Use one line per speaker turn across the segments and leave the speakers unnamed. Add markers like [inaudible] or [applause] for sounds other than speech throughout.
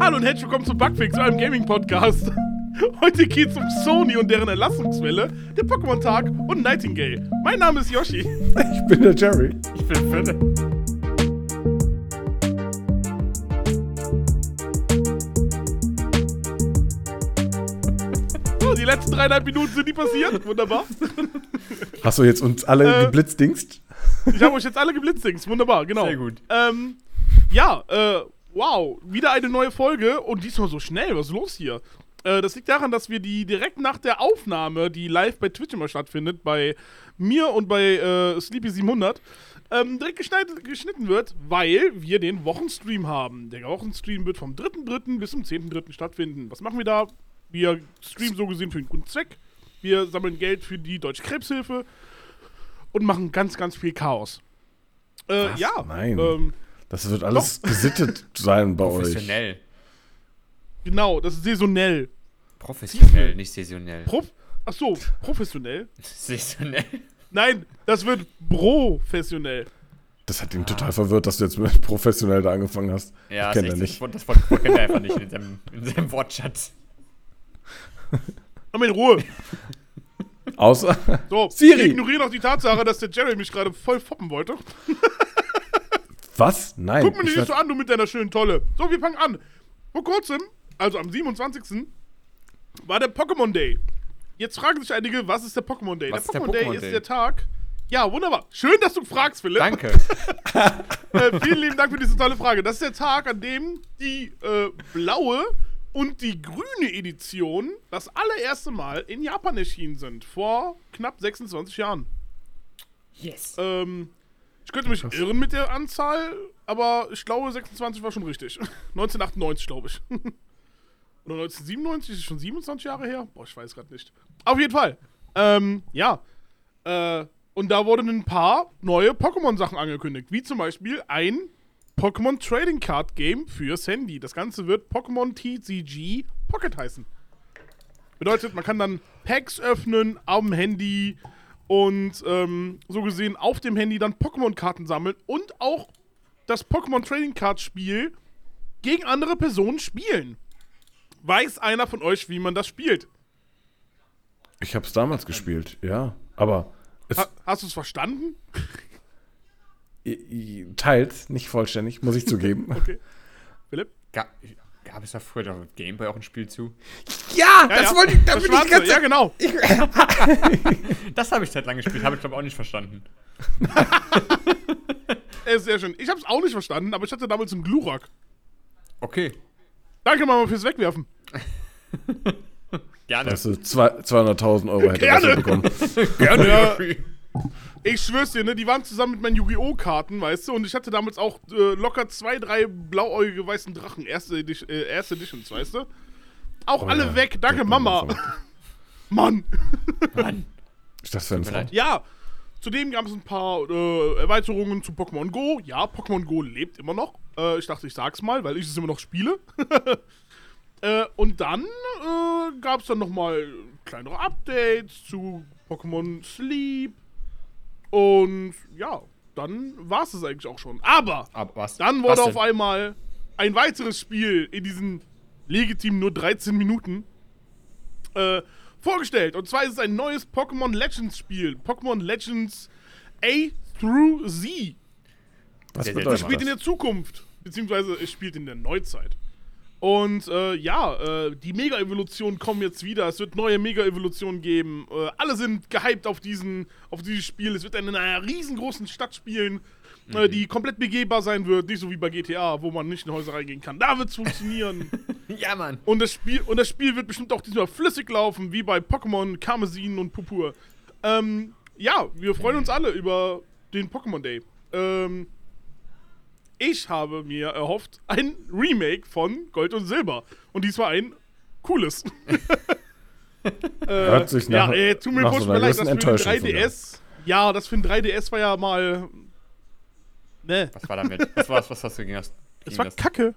Hallo und herzlich willkommen zu Bugfix, eurem Gaming-Podcast. Heute geht's um Sony und deren Erlassungswelle, der Pokémon-Tag und Nightingale. Mein Name ist Yoshi. [laughs]
Ich bin der Jerry.
Ich bin Fette. So, die letzten dreieinhalb Minuten sind nie passiert. Wunderbar.
Hast du jetzt uns alle
Äh,
geblitzdingst?
Ich habe euch jetzt alle geblitzdings. Wunderbar, genau.
Sehr gut.
Ähm, ja, äh, wow. Wieder eine neue Folge und diesmal so schnell. Was ist los hier? Äh, das liegt daran, dass wir die direkt nach der Aufnahme, die live bei Twitch immer stattfindet, bei mir und bei äh, Sleepy700, ähm, direkt geschneid- geschnitten wird, weil wir den Wochenstream haben. Der Wochenstream wird vom 3.3. bis zum 10.3. stattfinden. Was machen wir da? Wir streamen so gesehen für einen guten Zweck. Wir sammeln Geld für die Deutsche Krebshilfe und machen ganz, ganz viel Chaos. Äh,
Was?
ja,
Nein.
Ähm,
Das wird alles gesittet sein bei euch.
Professionell.
genau, das ist saisonell.
Professionell, nicht saisonell.
Prof Ach
[laughs]
so, professionell?
saisonell.
Nein, das wird professionell.
Das hat ihn total verwirrt, dass du jetzt mit [laughs] professionell da angefangen hast. ich
Ja, ist
kenne
echt,
das nicht.
Das Wort das Wort kennt er einfach nicht in seinem, in seinem Wortschatz.
Komm in Ruhe.
Außer [laughs]
So,
Siri.
ich ignoriere noch die Tatsache, dass der Jerry mich gerade voll foppen wollte.
was? Nein.
Guck mir
ich
dich nicht so
werd-
an, du mit deiner schönen Tolle. So, wir fangen an. Vor kurzem, also am 27. war der Pokémon Day. Jetzt fragen sich einige, was ist der Pokémon Day?
Was ist
der
der
Pokémon Day
Pokémon
ist
Day?
der Tag. Ja, wunderbar. Schön, dass du fragst, Philipp.
Danke.
Äh, vielen lieben Dank für diese tolle Frage. Das ist der Tag, an dem die äh, blaue und die grüne Edition das allererste Mal in Japan erschienen sind. Vor knapp 26 Jahren.
Yes.
Ähm, ich könnte mich irren mit der Anzahl, aber ich glaube, 26 war schon richtig. [laughs] 1998, glaube ich. [laughs] Oder 1997, ist schon 27 Jahre her? Boah, ich weiß gerade nicht. Auf jeden Fall. Ähm, ja. Äh, und da wurden ein paar neue Pokémon-Sachen angekündigt. Wie zum Beispiel ein Pokémon Trading Card Game fürs Handy. Das Ganze wird Pokémon TCG Pocket heißen. Bedeutet, man kann dann Packs öffnen am Handy und ähm, so gesehen auf dem Handy dann Pokémon-Karten sammeln und auch das Pokémon Trading Card Spiel gegen andere Personen spielen. Weiß einer von euch, wie man das spielt?
Ich habe es damals gespielt, ja. Aber es
Ha hast du es verstanden?
i- i- teils, nicht vollständig, muss ich zugeben.
[laughs] Okay. Philipp?
Ga gab es da früher doch mit Gameboy auch ein Spiel zu?
Ja,
Ja, ja. Das Schwarze, Ja, genau.
Das habe ich seit langem gespielt, habe ich glaube auch nicht verstanden.
Äh, sehr schön. Ich habe es auch nicht verstanden, aber ich hatte damals einen Glurak.
Okay.
Danke, Mama, fürs Wegwerfen.
Gerne.
Hast du zwei- 200.000 Euro hätte er
Gerne. [laughs]
dafür bekommen.
Gerne.
Ja.
Yoshi.
Ich schwör's dir, ne, die waren zusammen mit meinen Yu-Gi-Oh! Karten, weißt du, und ich hatte damals auch äh, locker zwei, drei blauäugige weißen Drachen, erste, Edi- äh, erste Editions, weißt du? Auch
Oh
alle
ja,
weg, danke
denkt man
Mama.
langsam.
[laughs] Mann.
Mann.
Ist das für ein
mir
Fall?
leid.
Ja, zudem gab es ein paar äh, Erweiterungen zu Pokémon Go. Ja, Pokémon Go lebt immer noch. Äh, ich dachte, ich sag's mal, weil ich es immer noch spiele. [laughs] äh, und dann äh, gab es dann nochmal kleinere Updates zu Pokémon Sleep. Und ja, dann war's es eigentlich auch schon. Aber
Aber was?
dann wurde
was
auf einmal ein weiteres Spiel in diesen legitimen nur 13 Minuten äh, vorgestellt. Und zwar ist es ein neues Pokémon Legends Spiel. Pokémon Legends A through Z.
Was
Der
bedeutet
Spielt in
das?
der Zukunft. Beziehungsweise es spielt in der Neuzeit. Und äh, ja, äh, die Mega-Evolutionen kommen jetzt wieder. Es wird neue Mega-Evolutionen geben. Äh, alle sind gehypt auf, diesen, auf dieses Spiel. Es wird in einer riesengroßen Stadt spielen, äh, die komplett begehbar sein wird. Nicht so wie bei GTA, wo man nicht in Häuser reingehen kann. Da wird es funktionieren.
Ja, Mann.
Und das Spiel, und das Spiel wird bestimmt auch diesmal flüssig laufen, wie bei Pokémon, Karmesin und Pupur. Ähm, ja, wir freuen uns alle über den Pokémon Day. Ähm, ich habe mir erhofft, ein Remake von Gold und Silber. Und diesmal ein cooles.
[laughs]
Äh,
Hört sich nach,
ja, ey, tut mir
nach
kurz
so
mal
einer
leid,
gewissen
das für den
Enttäuschung von dir.
3DS. Ja, das für den 3DS war ja mal. Ne,
Was war damit? Was war das, was hast du gegen das?
das
gegen
war kacke,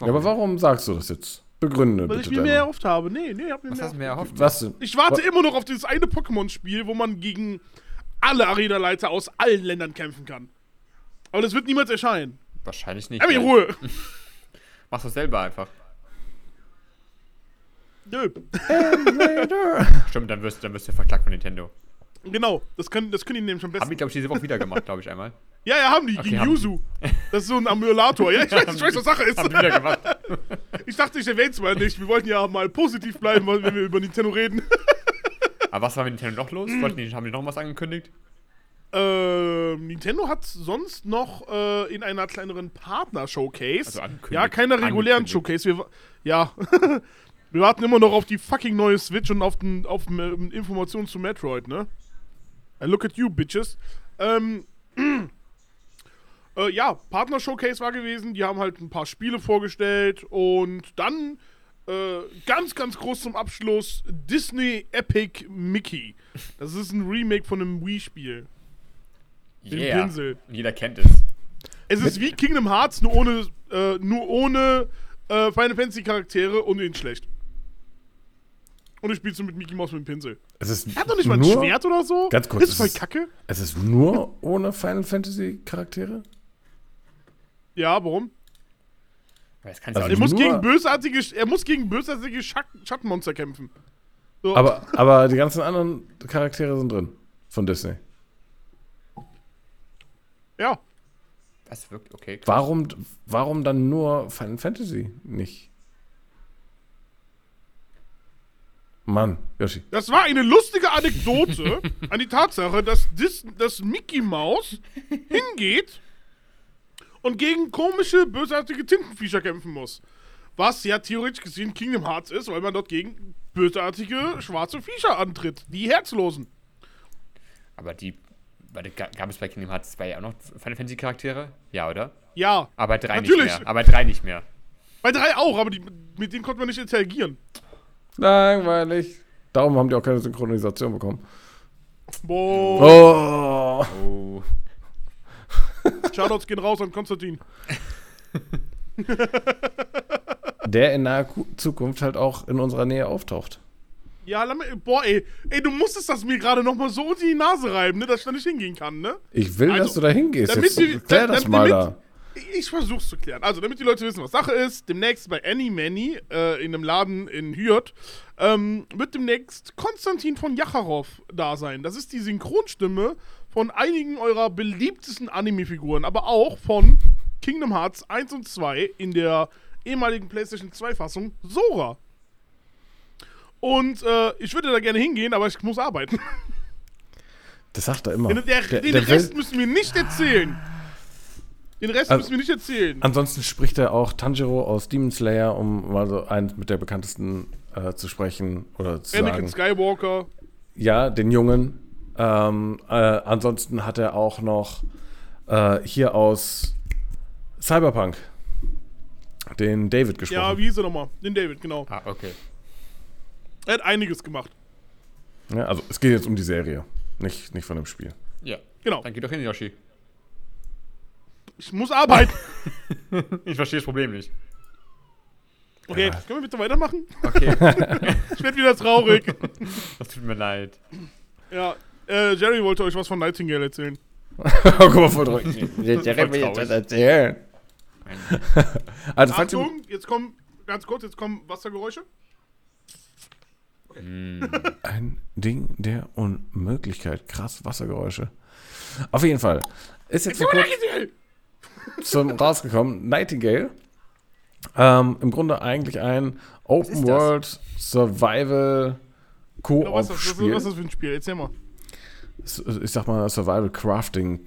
Ja, aber warum sagst du das jetzt? Begründe
weil
bitte
ich mir
deine-
mehr erhofft habe. Nee, nee, hab mir
Was
mehr
hast du mir erhofft?
Was denn?
Ich warte
Wa-
immer noch auf dieses eine Pokémon-Spiel, wo man gegen alle Arena-Leiter aus allen Ländern kämpfen kann. Aber das wird niemals erscheinen.
Wahrscheinlich nicht.
Hab mich in
nein.
Ruhe.
Machst du selber einfach.
Nö.
Stimmt, dann wirst, dann wirst du verklagt von Nintendo.
Genau, das können, das können die nämlich am besten.
Haben die, glaube ich, diese Woche wieder gemacht, glaube ich,
[laughs]
einmal.
Ja, ja, haben die. gegen
haben die.
Yuzu. Das ist so ein Emulator. Ja, ich weiß, ich weiß was Sache ist.
Haben die wieder gemacht.
Ich dachte, ich erwähne es mal nicht. Wir wollten ja mal positiv bleiben, weil- wenn wir über Nintendo reden.
Aber was war mit Nintendo noch los? Wollten
Mm.
die, haben die noch was angekündigt?
Ähm, Nintendo hat sonst noch äh, in einer kleineren Partner-Showcase.
Also angekündigt.
ja, keiner regulären Showcase.
Angekündigt.
Wir, wa- ja. [laughs] wir warten immer noch auf die fucking neue Switch und auf, den, auf ähm, Informationen zu Metroid, ne? I look at you, bitches. Ähm. [clears throat] Äh, ja, Partner-Showcase war gewesen. Die haben halt ein paar Spiele vorgestellt und dann äh, ganz, ganz groß zum Abschluss Disney Epic Mickey. Das ist ein Remake von einem Wii-Spiel. Den Pinsel.
Jeder kennt es.
Es ist wie Kingdom Hearts, nur ohne, äh, nur ohne äh, Final Fantasy Charaktere und ihn schlecht. Und ich spielst du mit Mickey Mouse mit dem Pinsel.
Es ist
Er hat doch nicht mal ein
nur,
Schwert oder so.
Ganz kurz,
Das ist voll
es ist-
kacke.
Es ist nur ohne Final Fantasy Charaktere?
Ja, warum?
Aber das kannst du
Also
Er muss,
Nur-
gegen bösartige, Sch- er muss gegen bösartige Schack Schattenmonster kämpfen. So.
Aber, aber die ganzen anderen Charaktere sind drin. Von Disney.
Ja.
auch. Das wirkt okay.
Warum, warum dann nur Final Fantasy nicht? Mann, Yoshi.
Das war eine lustige Anekdote an die Tatsache, dass, Dis dass Mickey Mouse hingeht und gegen komische, bösartige Tintenviecher kämpfen muss. Was ja theoretisch gesehen Kingdom Hearts ist, weil man dort gegen bösartige, schwarze Viecher antritt. Die Herzlosen.
Aber die. Warte, ga- gab es bei Kingdom Hearts 2 auch noch Final Fantasy Charaktere? Ja, oder?
Ja,
Aber drei
Natürlich.
nicht mehr. Aber drei nicht mehr.
bei drei auch, aber die, mit denen konnte man nicht interagieren.
Langweilig. Darum haben die auch keine Synchronisation bekommen.
Boah,
Oh.
Oh.
Shoutouts gehen raus an Konstantin.
Der in naher Ku- Zukunft halt auch in unserer Nähe auftaucht.
Ja, lass mal- boah, ey. Ey, du musstest das mir gerade nochmal so unter die Nase reiben, ne, dass ich da nicht hingehen kann, ne?
Ich will,
Also,
dass du da hingehst.
damit
Jetzt
wir-
klär
da-
das
damit-
mal da.
Ich, ich versuch's zu klären. Also, damit die Leute wissen, was Sache ist, demnächst bei Animany äh, in einem Laden in Hürth ähm, wird demnächst Konstantin von Jacharow da sein. Das ist die Synchronstimme von einigen eurer beliebtesten Anime-Figuren, aber auch von Kingdom Hearts 1 und 2 in der ehemaligen PlayStation 2-Fassung Sora. Und äh, ich würde da gerne hingehen, aber ich muss arbeiten.
Das sagt er immer.
Den, Genau, der,
Der-
den
der
Rest
will-
müssen wir nicht erzählen. Den Rest
Also-
müssen wir nicht erzählen.
Ansonsten spricht er auch Tanjiro aus Demon Slayer, um mal so eins mit der bekanntesten äh, zu sprechen oder zu
Anakin
sagen.
Skywalker.
Ja, den Jungen. Ähm, äh, ansonsten hat er auch noch äh, hier aus Cyberpunk den David gesprochen.
Ja, wie hieß er nochmal? Den David, genau.
Ah, okay.
Er hat einiges gemacht.
Ja, also es geht jetzt um die Serie, nicht, nicht von dem Spiel. [laughs]
Ja.
Genau.
Dann geh doch hin, Yoshi.
Ich muss
[laughs]
arbeiten.
Ich verstehe das Problem nicht.
Okay, können wir bitte weitermachen?
[laughs]
Okay.
Ich werde wieder traurig.
das tut mir leid.
ja. Äh, Jerry wollte euch was von Nightingale erzählen.
oh, guck mal, voll drück.
[laughs]
Jetzt
reden wir jetzt was
erzählen. also, falls ihr,
Achtung, jetzt kommen, ganz kurz, jetzt kommen Wassergeräusche.
Ein Ding der Unmöglichkeit. Krass, Wassergeräusche. Auf jeden Fall. Ist jetzt vor kurzem zum rausgekommen. Nightingale. Ähm, Im Grunde eigentlich ein Open
ist das?
World Survival Oh,
Oder was, ist das- was,
Co-op-Spiel.
ist das für ein Spiel? Erzähl mal.
Ich sag mal Survival Crafting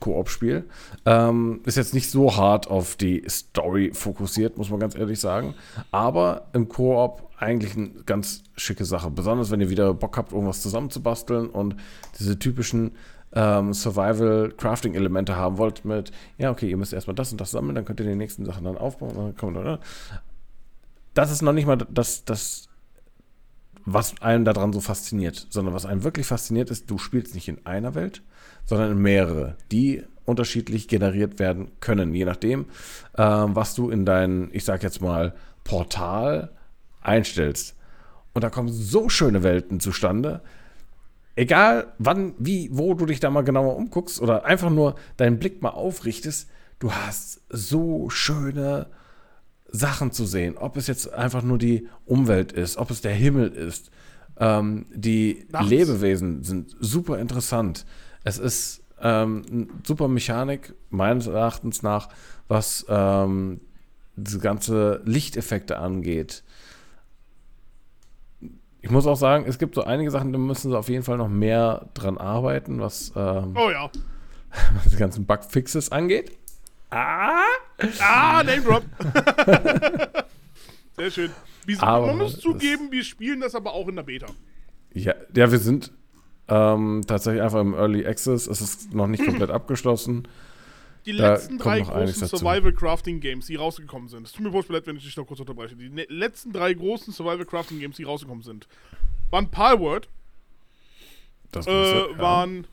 Co-op-Spiel. Ähm, ist jetzt nicht so hart auf die Story fokussiert, muss man ganz ehrlich sagen. Aber im Koop eigentlich eine ganz schicke Sache. Besonders wenn ihr wieder Bock habt, irgendwas zusammenzubasteln und diese typischen ähm, Survival-Crafting-Elemente haben wollt mit, ja, okay, ihr müsst erstmal das und das sammeln, dann könnt ihr die nächsten Sachen dann aufbauen. und Dann kommt, oder? Das ist noch nicht mal das, das, was einen daran so fasziniert, sondern was einen wirklich fasziniert ist, du spielst nicht in einer Welt, sondern in mehrere, die unterschiedlich generiert werden können, je nachdem, ähm, was du in dein, ich sag jetzt mal, Portal einstellst. Und da kommen so schöne Welten zustande. Egal wann, wie, wo du dich da mal genauer umguckst oder einfach nur deinen Blick mal aufrichtest, du hast so schöne Sachen zu sehen. Ob es jetzt einfach nur die Umwelt ist, ob es der Himmel ist. Ähm, die
Nachts.
Lebewesen sind super interessant. Es ist ähm, n- super Mechanik, meines Erachtens nach, was ähm, diese ganze Lichteffekte angeht. Ich muss auch sagen, es gibt so einige Sachen, da müssen sie auf jeden Fall noch mehr dran arbeiten, was ähm,
Oh ja.
was die ganzen Bugfixes angeht.
Ah, Name
[laughs]
Drop. Sehr schön. Wir,
Aber
man muss
es-
zugeben, wir spielen das aber auch in der Beta.
Ja, ja wir sind ähm, tatsächlich einfach im Early Access. Es ist noch nicht
[clears throat]
komplett abgeschlossen.
Die
Da
letzten
kommt
drei
noch einiges
großen
dazu.
Survival Crafting Games, die rausgekommen sind. Es tut mir furchtbar leid, wenn ich dich noch kurz unterbreche. Die ne- letzten drei großen Survival Crafting Games, die rausgekommen sind, waren Palworld,
Das
äh,
müsste, ja.
waren.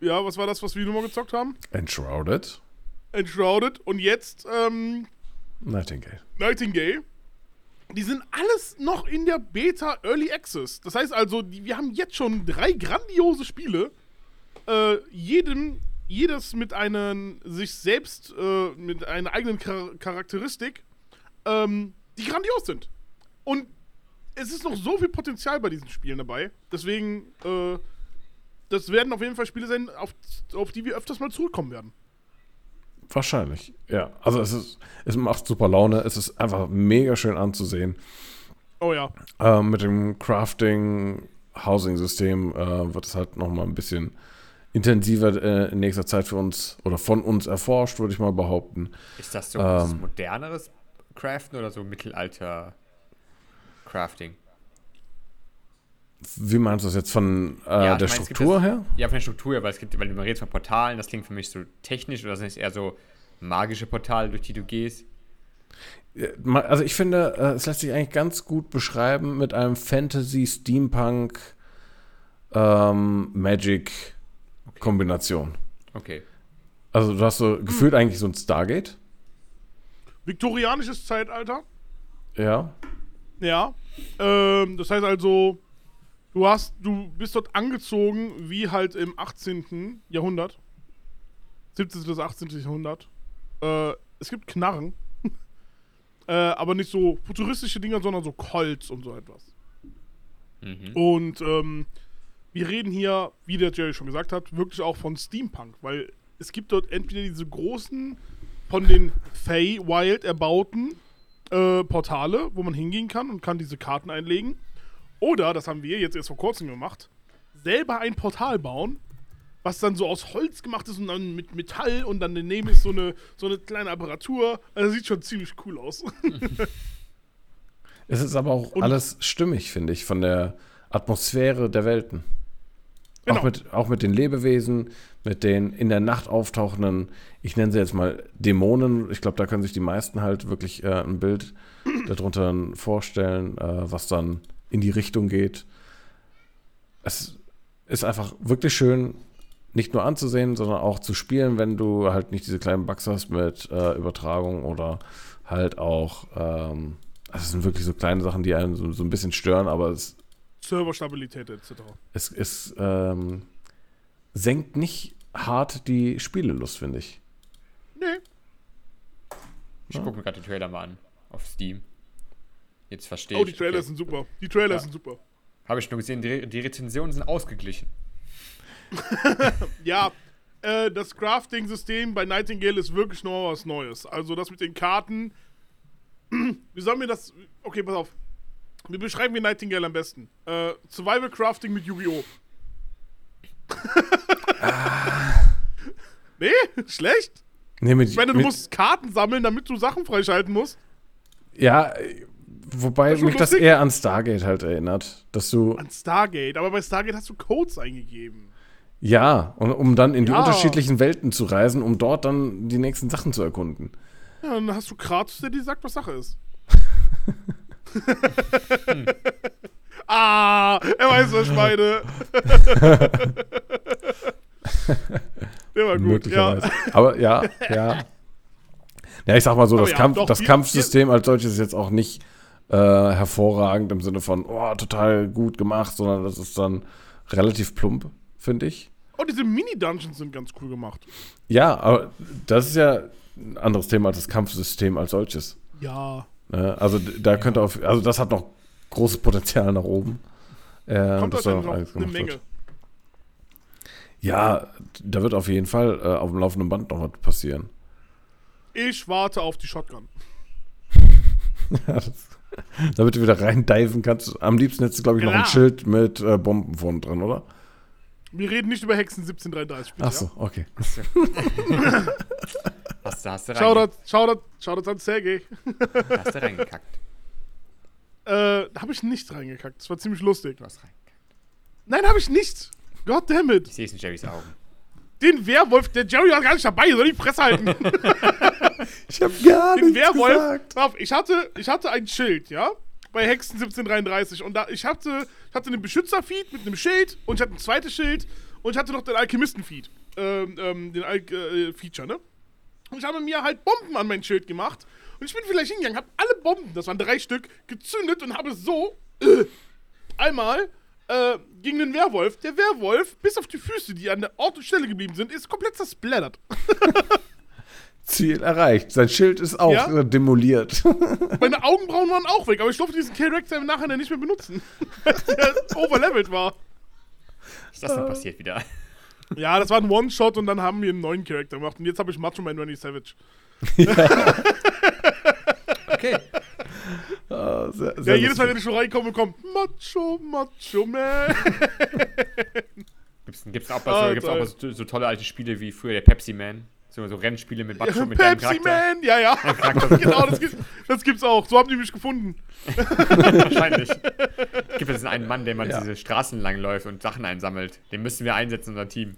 Ja, was war das, was wir nur mal gezockt haben?
Enshrouded.
Enshrouded und jetzt ähm,
Nightingale.
Nightingale. Die sind alles noch in der Beta Early Access. Das heißt also, die, wir haben jetzt schon drei grandiose Spiele. Äh, jedem, jedes mit einem sich selbst, äh, mit einer eigenen Char Charakteristik, ähm, die grandios sind. Und es ist noch so viel Potenzial bei diesen Spielen dabei. Deswegen, äh, das werden auf jeden Fall Spiele sein, auf, auf die wir öfters mal zurückkommen werden.
Wahrscheinlich, ja. Also es ist, es macht super Laune. Es ist einfach mega schön anzusehen.
Oh ja.
Ähm, mit dem Crafting-Housing-System äh, wird es halt nochmal ein bisschen intensiver äh, in nächster Zeit für uns oder von uns erforscht, würde ich mal behaupten.
Ist das so
Ähm.
ist das moderneres Craften oder so Mittelalter-Crafting?
Wie meinst du das jetzt von äh,
Ja, ich
der
mein, es gibt
Struktur
das-
her?
Ja, von der Struktur her, weil es gibt, weil man redet von Portalen, das klingt für mich so technisch oder sind es eher so magische Portale, durch die du gehst?
Äh, ma- Also ich finde, äh, es lässt sich eigentlich ganz gut beschreiben mit einem Fantasy-Steampunk ähm, Magic-Kombination.
Okay. Hm.
Also du hast so gefühlt eigentlich so ein Stargate.
Viktorianisches Zeitalter.
Ja.
Ja. Ähm, das heißt also, du hast, du bist dort angezogen wie halt im 18. Jahrhundert. 17. bis 18. Jahrhundert. Äh, es gibt Knarren. [laughs] äh, aber nicht so futuristische Dinger, sondern so Colts und so etwas.
Mhm.
Und ähm, wir reden hier, wie der Jerry schon gesagt hat, wirklich auch von Steampunk, weil es gibt dort entweder diese großen, von den Feywild erbauten äh, Portale, wo man hingehen kann und kann diese Karten einlegen. Oder, das haben wir jetzt erst vor kurzem gemacht, selber ein Portal bauen, was dann so aus Holz gemacht ist und dann mit Metall und dann daneben ist so eine, so eine kleine Apparatur. Also sieht schon ziemlich cool aus. [laughs]
Es ist aber auch
Und-
alles stimmig, finde ich, von der Atmosphäre der Welten.
Genau.
Auch, mit, auch mit den Lebewesen, mit den in der Nacht auftauchenden, ich nenne sie jetzt mal Dämonen. Ich glaube, da können sich die meisten halt wirklich äh,
[clears throat]
ein Bild darunter dann vorstellen, äh, was dann in die Richtung geht. Es ist einfach wirklich schön, nicht nur anzusehen, sondern auch zu spielen, wenn du halt nicht diese kleinen Bugs hast mit äh, Übertragung oder halt auch. Ähm, also es sind wirklich so kleine Sachen, die einen so, so ein bisschen stören, aber es
Serverstabilität etc.
es, es ähm, senkt nicht hart die Spielelust, finde ich.
Nee.
Ich gucke mir gerade den Trailer mal an. Auf Steam. Jetzt verstehe
Oh, die
ich.
Trailer sind super. Die Trailer
Ja.
sind super.
Habe ich nur gesehen, die, Re- die Rezensionen sind ausgeglichen.
Ja, äh, das Crafting-System bei Nightingale ist wirklich noch was Neues. Also das mit den Karten. [clears throat] Wie sollen wir das. Okay, pass auf. Wie beschreiben wir Nightingale am besten? Äh, Survival Crafting mit Yu-Gi-Oh! [laughs] nee, schlecht.
Nee, mit,
Ich meine, du musst Karten sammeln, damit du Sachen freischalten musst.
Ja, äh, wobei
Das ist schon
mich das
lustig.
eher an Stargate halt erinnert. Dass du.
An Stargate. Aber bei Stargate hast du Codes eingegeben.
Ja, und, um dann in die
Ja.
unterschiedlichen Welten zu reisen, um dort dann die nächsten Sachen zu erkunden.
Ja, dann hast du Kratos, der dir sagt, was Sache ist.
Hm.
[laughs] ah, er weiß, was ich
[laughs]
meine. der war gut, ja.
möglicherweise. Aber ja, ja. Ja, ich sag mal so,
Aber
das,
ja,
Kampf,
doch,
das
wir-
Kampfsystem als solches ist jetzt auch nicht äh, hervorragend im Sinne von, oh, total gut gemacht, sondern das ist dann relativ plump, finde ich.
Oh, diese Mini-Dungeons sind ganz cool gemacht.
Ja, aber das ist ja ein anderes Thema als das Kampfsystem als solches.
Ja.
Ne? Also d- da könnte auf, also das hat noch großes Potenzial nach oben. Äh,
Kommt
dass
das
da
denn
noch
noch
einiges
eine
gemacht wird.
Menge?
Ja, da wird auf jeden Fall äh, auf dem laufenden Band noch was passieren.
Ich warte auf die Shotgun.
Ja, das, damit du wieder reindiven kannst. Am liebsten hättest du, glaube ich, noch ein
Klar.
Schild mit äh, Bomben vorne dran, oder?
Wir reden nicht über Hexen 1733. bitte,
Ach so, okay.
Hast du, hast du,
Ja? Shoutout,
reinge
Shoutout, Shoutout an Sergei.
hast du reingekackt.
Äh, habe ich nicht reingekackt. Das war ziemlich lustig.
Du hast reingekackt.
Nein, habe ich nicht. God damn it.
Ich sehe es in Jerrys Augen.
Den Werwolf, der Jerry war gar nicht dabei, soll die Fresse halten.
Ich habe gar
Den Werwolf.
gesagt.
Pass auf, ich hatte, ich hatte ein Schild, ja? Bei Hexen 1733. Und da, ich hatte, ich hatte einen Beschützerfeed mit einem Schild und ich hatte ein zweites Schild und ich hatte noch den Alchemistenfeed. Ähm, ähm, den Al äh, Feature, ne? Und ich habe mir halt Bomben an mein Schild gemacht. Und ich bin vielleicht hingegangen, habe alle Bomben, das waren drei Stück, gezündet und habe so äh, einmal äh, gegen den Werwolf. Der Werwolf, bis auf die Füße, die an der Ort und Stelle geblieben sind, ist komplett zersplattert.
Ziel erreicht. Sein Schild ist auch
Ja?
äh, demoliert. [laughs]
Meine Augenbrauen waren auch weg, aber ich durfte diesen Character im Nachhinein nicht mehr benutzen. [laughs] weil der overlevelt war.
Ist das
Ah.
denn passiert wieder?
Ja, das war ein One-Shot und dann haben wir einen neuen Charakter gemacht. Und jetzt habe ich Macho Man Randy Savage.
Okay.
Ah, sehr,
Ja,
sehr
jedes Mal,
lustig.
wenn ich schon reinkomme, kommt Macho, Macho Man.
Gibt's, gibt's auch,
Ah,
so, gibt's auch
toll.
so, so tolle alte Spiele wie früher der Pepsi Man. So, so Rennspiele mit Batschu mit deinem
Pepsi
Charakter.
Man, ja, ja. [laughs] genau, das, gibt, das gibt's auch. So haben die mich gefunden.
Wahrscheinlich. Gibt es einen Mann, der man
Ja.
diese Straßen lang läuft und Sachen einsammelt. Den müssen wir einsetzen in unser Team.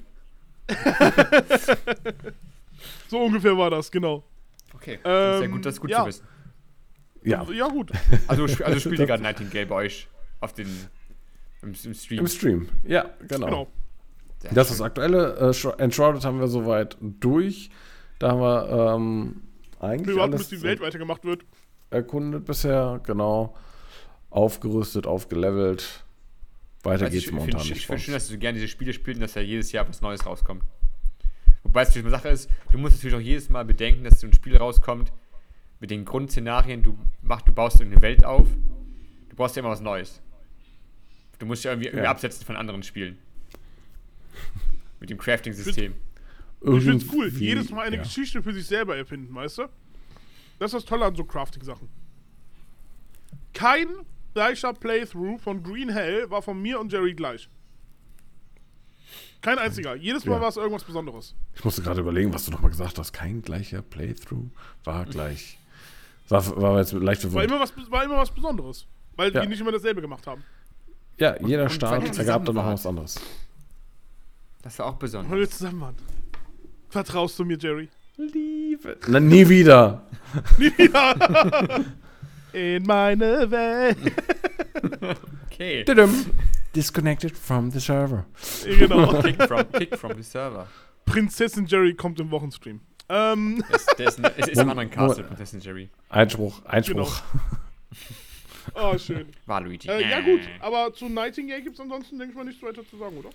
So ungefähr war das, genau.
Okay. Das ist ja
Ähm,
gut, das ist gut
ja.
zu wissen.
Ja,
Ja, gut.
Also, sp- also spielt ihr gerade Nightingale bei euch auf den im, im Stream.
im Stream. Ja, genau.
Genau.
Sehr
Das
schön.
ist das aktuelle. Äh, Shro- Enshrouded haben wir soweit durch. Da haben wir ähm,
Wir
eigentlich
warten, bis die
alles
Welt weitergemacht wird.
erkundet bisher. Genau. Aufgerüstet, aufgelevelt. Weiter
Also ich
geht's
finde
momentan
ich
nicht. bei
find
uns.
schön, dass du so gerne diese Spiele spielst und dass ja jedes Jahr was Neues rauskommt. Wobei es natürlich eine Sache ist, du musst natürlich auch jedes Mal bedenken, dass so ein Spiel rauskommt mit den Grundszenarien, du, mach, du baust eine Welt auf, du brauchst ja immer was Neues. Du musst ja irgendwie, irgendwie
Ja.
absetzen von anderen Spielen. Mit dem Crafting-System.
Ich find's cool.
Irgendwie-
Jedes Mal eine
ja.
Geschichte für sich selber erfinden, weißt du? Das ist das Tolle an so Crafting-Sachen. Kein gleicher Playthrough von Green Hell war von mir und Jerry gleich. Kein einziger. Jedes Mal
Ja.
war es irgendwas Besonderes.
Ich musste gerade überlegen, was du nochmal gesagt hast. Kein gleicher Playthrough war gleich. War, war jetzt leicht
War
verwirrt.
immer was, war immer was Besonderes. Weil
Ja.
die nicht immer dasselbe gemacht haben.
Ja, jeder
weil
Start
ihr
ergab dann noch
zusammen
was anderes.
Das war auch
Weil
besonders.
wir zusammen waren. Vertraust du mir, Jerry? [laughs]
Liebe. Na, nie wieder.
In meine
[laughs]
Welt.
Okay.
Disconnected from the server.
genau.
Kick from, kick from the server.
Prinzessin Jerry kommt im Wochenstream. Ähm,
Es, der ist, ein- es ist im
Moment,
anderen Castle, Prinzessin Jerry.
Einspruch, Einspruch.
oh, Genau. [laughs] schön.
War Luigi.
Äh, ja, gut, aber zu Nightingale gibt es ansonsten, denke ich mal, nichts weiter zu sagen, oder?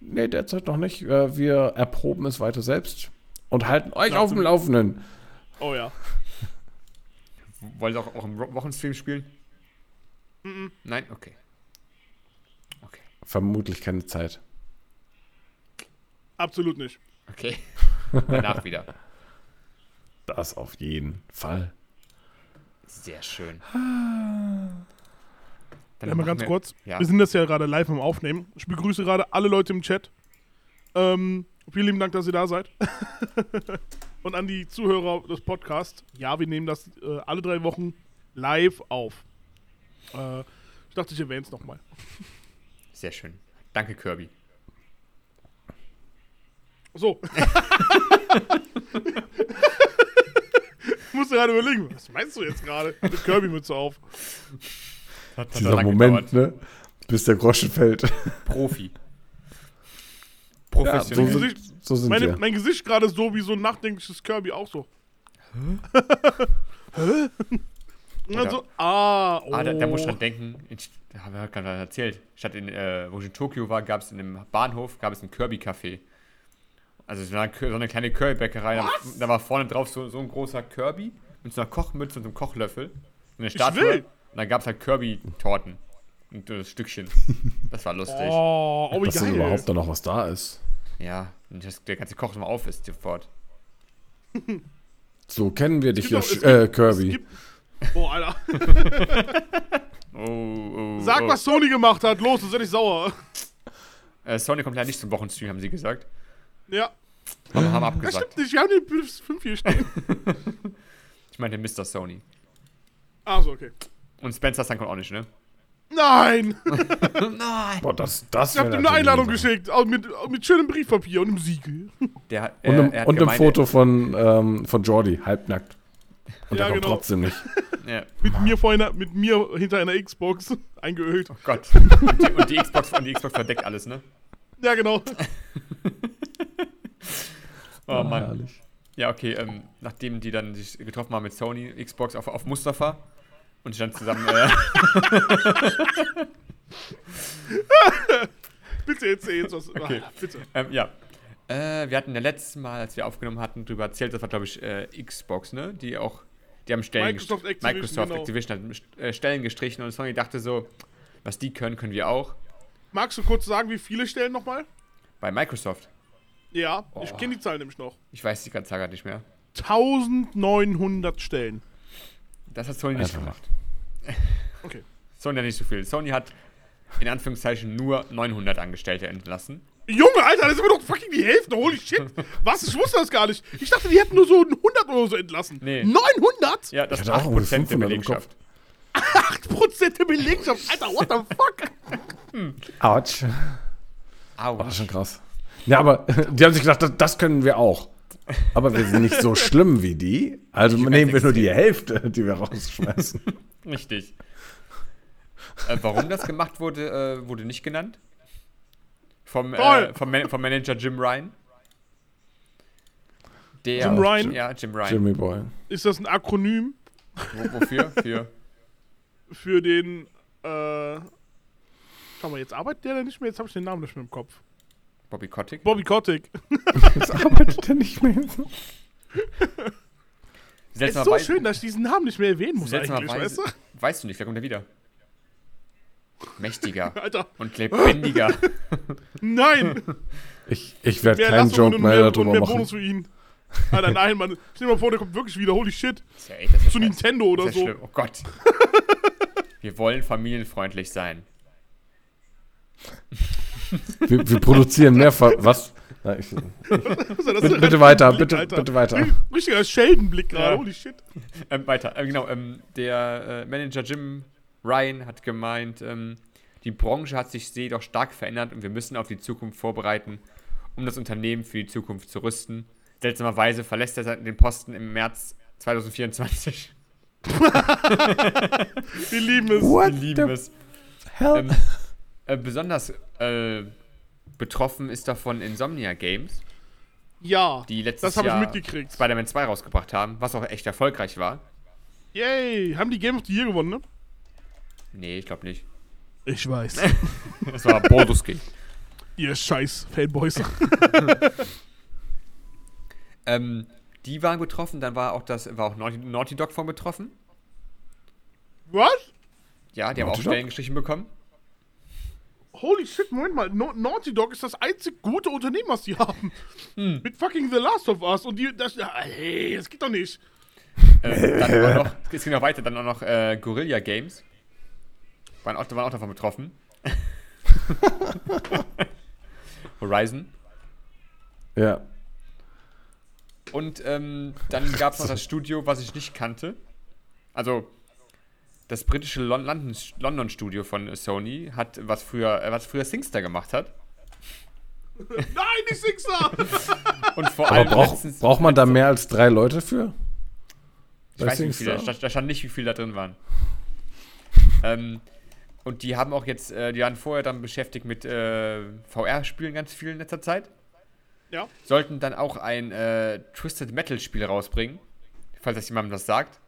Nee, derzeit noch nicht. Äh, Wir erproben es weiter selbst und halten euch
Na,
auf dem
zum-
Laufenden.
Oh ja.
Wollt ihr auch, auch im Ro- Wochenstream spielen? Nein? Okay. Okay.
Vermutlich keine Zeit.
Absolut nicht.
Okay. Danach wieder.
Das auf jeden Fall.
Sehr schön. Dann
Ja, mal
machen
ganz
wir-
kurz.
Ja.
Wir sind das ja gerade live am Aufnehmen. Ich begrüße gerade alle Leute im Chat. Ähm, vielen lieben Dank, dass ihr da seid. [laughs] Und an die Zuhörer des Podcasts. Ja, wir nehmen das äh, alle drei Wochen live auf. Äh, ich dachte, ich erwähne es nochmal.
Sehr schön. Danke, Kirby.
So. [laughs] ich musste gerade überlegen, was meinst du jetzt gerade? Mit Kirby-Mütze auf.
Hat, hat
Dieser Moment, ne? Bis der Groschen fällt.
Profi.
Ja, [laughs] so
Professionell.
sind, so sind
Meine,
wir.
Mein Gesicht gerade so wie so ein nachdenkliches Kirby auch so. [laughs] Hä? Und dann so, Also, ah, oh.
ah, da, da muss ich dran denken. Ich habe ja gerade erzählt. Statt in, äh, wo ich in Tokio war, gab es in einem Bahnhof gab es ein Kirby-Café. Also es war eine, so eine kleine Currybäckerei. Da, da war vorne drauf so, so ein großer Kirby mit so einer Kochmütze und so einem Kochlöffel. Und eine Statue.
will!
Und da gab es halt Kirby-Torten. Und
[laughs]
äh, Stückchen. Das war lustig.
Oh, oh, wie
Dass dann
geil.
überhaupt da noch was da ist.
Ja, und das, der ganze Koch immer auf ist sofort.
So kennen wir dich
Es
ja,
gibt auch- es
Sch- äh,
gibt- es
Kirby.
gibt- Oh, Alter.
Oh, oh,
Sag,
oh.
was Sony gemacht hat. Los, sonst bin ich sauer.
Äh, Sony kommt leider nicht zum Wochenstream, haben sie gesagt.
Ja.
Aber
[laughs]
haben
Das stimmt
abgesagt.
nicht. Wir haben die 5 hier stehen.
Ich meinte Mr. Sony.
Ah, so, okay.
Und Spencer Sun kommt auch nicht, ne?
Nein!
Nein!
Boah, das, das
Ich hab ihm
wär
eine
natürlich
Einladung
Sache.
geschickt. Auch mit, auch mit schönem Briefpapier und einem Siegel.
Der, hat-
Und,
er-
einem-
er hat
und einem
gemeint,
Foto von, ähm, von Jordi, halbnackt. Und
Ja,
er kommt
genau.
trotzdem nicht.
[laughs] Ja.
Mit mir, vor einer, mit mir hinter einer Xbox [laughs] eingeölt.
oh Gott.
[laughs]
Und die, und die Xbox und die Xbox verdeckt alles, ne?
Ja, genau.
Oh Mann.
herrlich.
Ja, okay, ähm, nachdem die dann sich getroffen haben mit Sony, Xbox auf, auf Mustafa und sie dann zusammen. Äh, [laughs]
Bitte erzähl jetzt was.
Okay.
Ah, bitte.
ähm, ja. Äh, wir hatten ja letztes Mal, als wir aufgenommen hatten, drüber erzählt, das war, glaube ich, äh, Xbox, ne? Die auch. Die haben Stellen
Microsoft
gest-
Activision,
Microsoft
genau.
Activision hat äh, Stellen gestrichen und Sony dachte so, was die können, können wir auch.
Magst du kurz sagen, wie viele Stellen nochmal?
Bei Microsoft.
Ja,
Oh.
ich kenne die Zahl nämlich noch.
Ich weiß die ganze Zahl gar nicht mehr.
1900 Stellen.
Das hat Sony nicht
Einfach mal.
gemacht.
Okay.
Sony hat nicht so viel. Sony hat in Anführungszeichen nur 900 Angestellte entlassen.
Junge, Alter, das ist immer noch fucking die Hälfte. Holy shit. Was? Ich wusste das gar nicht. Ich dachte, die hätten nur so 100 oder so entlassen.
Nee.
900?
Ja, das
Ich
sind
hatte auch
8%
ungefähr
der
500 im
Belegschaft.
8% der Belegschaft. Alter, what the fuck?
Autsch.
Au.
Das ist schon krass. Ja, aber [laughs] die haben sich gedacht, das, das können wir auch. Aber wir
[laughs]
sind nicht so schlimm wie die. Also nehmen wir nur die Hälfte, die wir
[laughs]
rausschmeißen.
Richtig. Äh, warum das gemacht wurde, äh, wurde nicht genannt. Vom, äh,
Toll.
vom, Man vom Manager Jim Ryan. Der,
Jim Ryan?
Ja, Jim Ryan.
Jimmy Boy.
Ist das ein Akronym
Wo, wofür? Für.
für den, äh... Schau mal, jetzt arbeitet der da nicht mehr. Jetzt habe ich den Namen nicht mehr im Kopf.
Bobby Kotick?
Bobby Kotick.
Jetzt arbeitet er nicht mehr.
Ist so schön, dass ich diesen Namen nicht mehr erwähnen muss eigentlich, weißt
Seltsamerweise.
du?
Weißt du nicht, da kommt er wieder. Mächtiger
Alter,
und
[laughs]
lebendiger.
[laughs]
nein.
Ich, ich werde
Mehr
keinen
Erlassungen
Joke
und
mehr
mehr, und
darüber
mehr
machen.
Bonus für ihn. Alter, nein, Mann. Stell dir mal vor, der kommt wirklich wieder. Holy shit.
Ist ja echt, das ist
Zu
scheiße.
Nintendo oder
Ist ja
so.
schlimm. Oh Gott. Wir wollen familienfreundlich sein.
Wir, wir produzieren mehr. Ver
[laughs]
was? Na, ich,
Also, [laughs] das
bitte,
ist-
bitte weiter,
Blick,
bitte,
Alter.
bitte weiter.
Richtiger Sheldon-Blick gerade.
Ja.
Holy shit.
Ähm, weiter, ähm, genau. Ähm, der äh, Manager Jim Ryan hat gemeint, ähm, die Branche hat sich jedoch stark verändert und wir müssen auf die Zukunft vorbereiten, um das Unternehmen für die Zukunft zu rüsten. Seltsamerweise verlässt er seinen- den Posten im März [laughs] 2024.
Wir lieben es.
What
Wir lieben
the
es.
hell?
Ähm, äh, besonders äh, betroffen ist davon Insomnia Games,
Ja.
die letztes
Das habe ich
Jahr
mitgekriegt.
Spider-Man 2 rausgebracht haben, was auch echt erfolgreich war.
Yay. Haben die Game of the Year gewonnen, ne?
Nee, ich glaube nicht.
Ich
[laughs]
weiß.
Das war [laughs] Baldur's Gate.
Ihr scheiß Fanboys. [laughs]
Ähm, die waren betroffen, dann war auch das war auch Naughty, Naughty Dog von betroffen.
Was?
Ja, die haben
Naughty
auch
Dog?
Stellen gestrichen [laughs] bekommen.
Holy shit, Moment mal. No Naughty Dog ist das einzig gute Unternehmen, was die haben. Mit fucking The Last of Us. Und die. Das, ja, hey, das geht doch nicht.
Ähm, dann war noch, es ging noch weiter, dann auch noch äh, Guerilla Games. Waren auch, waren auch davon [laughs] betroffen. Horizon.
Ja.
Und ähm, dann gab es noch das Studio, was ich nicht kannte. Also das britische Lon London, London Studio von Sony hat, was früher, äh, was früher Singstar gemacht hat.
Nein, die Sixer.
Und vor
Aber
allem
braucht
letztens-
braucht man da
also-
mehr als drei Leute für?
Ich
Bei
weiß nicht, wie viele, da,
SingStar?
stand- da stand nicht, wie viele da drin waren. ähm, und die haben auch jetzt, äh, die waren vorher dann beschäftigt mit äh, VR-Spielen ganz viel in letzter Zeit.
ja.
Sollten dann auch ein äh, Twisted Metal-Spiel rausbringen, falls das jemandem das sagt.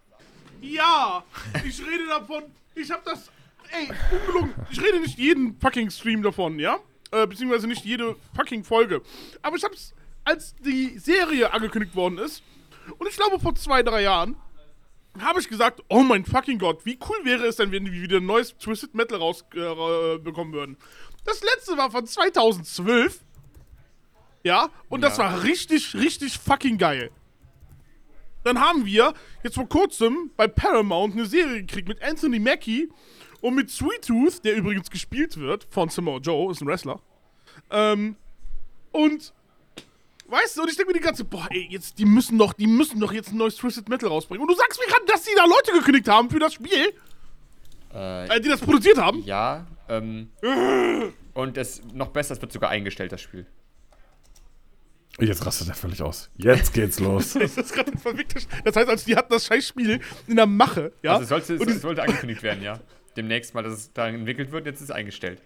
Ja, ich rede davon. Ich hab das. Ey, ungelogen. Ich rede nicht jeden fucking Stream davon, ja? Äh, beziehungsweise nicht jede fucking Folge. Aber ich hab's als die Serie angekündigt worden ist, und ich glaube vor zwei, drei Jahren, habe ich gesagt, oh mein fucking Gott, wie cool wäre es denn, wenn wir wieder ein neues Twisted Metal rausbekommen würden. Das letzte war von 2012. Ja, und das
Ja.
war richtig, richtig fucking geil. Dann haben wir jetzt vor kurzem bei Paramount eine Serie gekriegt mit Anthony Mackie und mit Sweet Tooth, der übrigens gespielt wird von Samoa Joe, ist ein Wrestler. Ähm, und weißt du, und ich denke mir die ganze, boah, ey, jetzt, die müssen doch, die müssen doch jetzt ein neues Twisted Metal rausbringen. Und du sagst mir gerade, dass die da Leute gekündigt haben für das Spiel,
Äh,
äh, die das produziert haben.
ja, ähm. und es noch besser, es wird sogar eingestellt, das Spiel.
Jetzt rastet er völlig aus. Jetzt geht's
[laughs]
los.
Das ist gerade ein verwickter Sch- Das heißt, also die hatten das Scheißspiel in der Mache, ja?
Also es sollte,
und,
es
diese,
sollte angekündigt werden, ja. Demnächst mal, dass es da entwickelt wird, jetzt ist es eingestellt.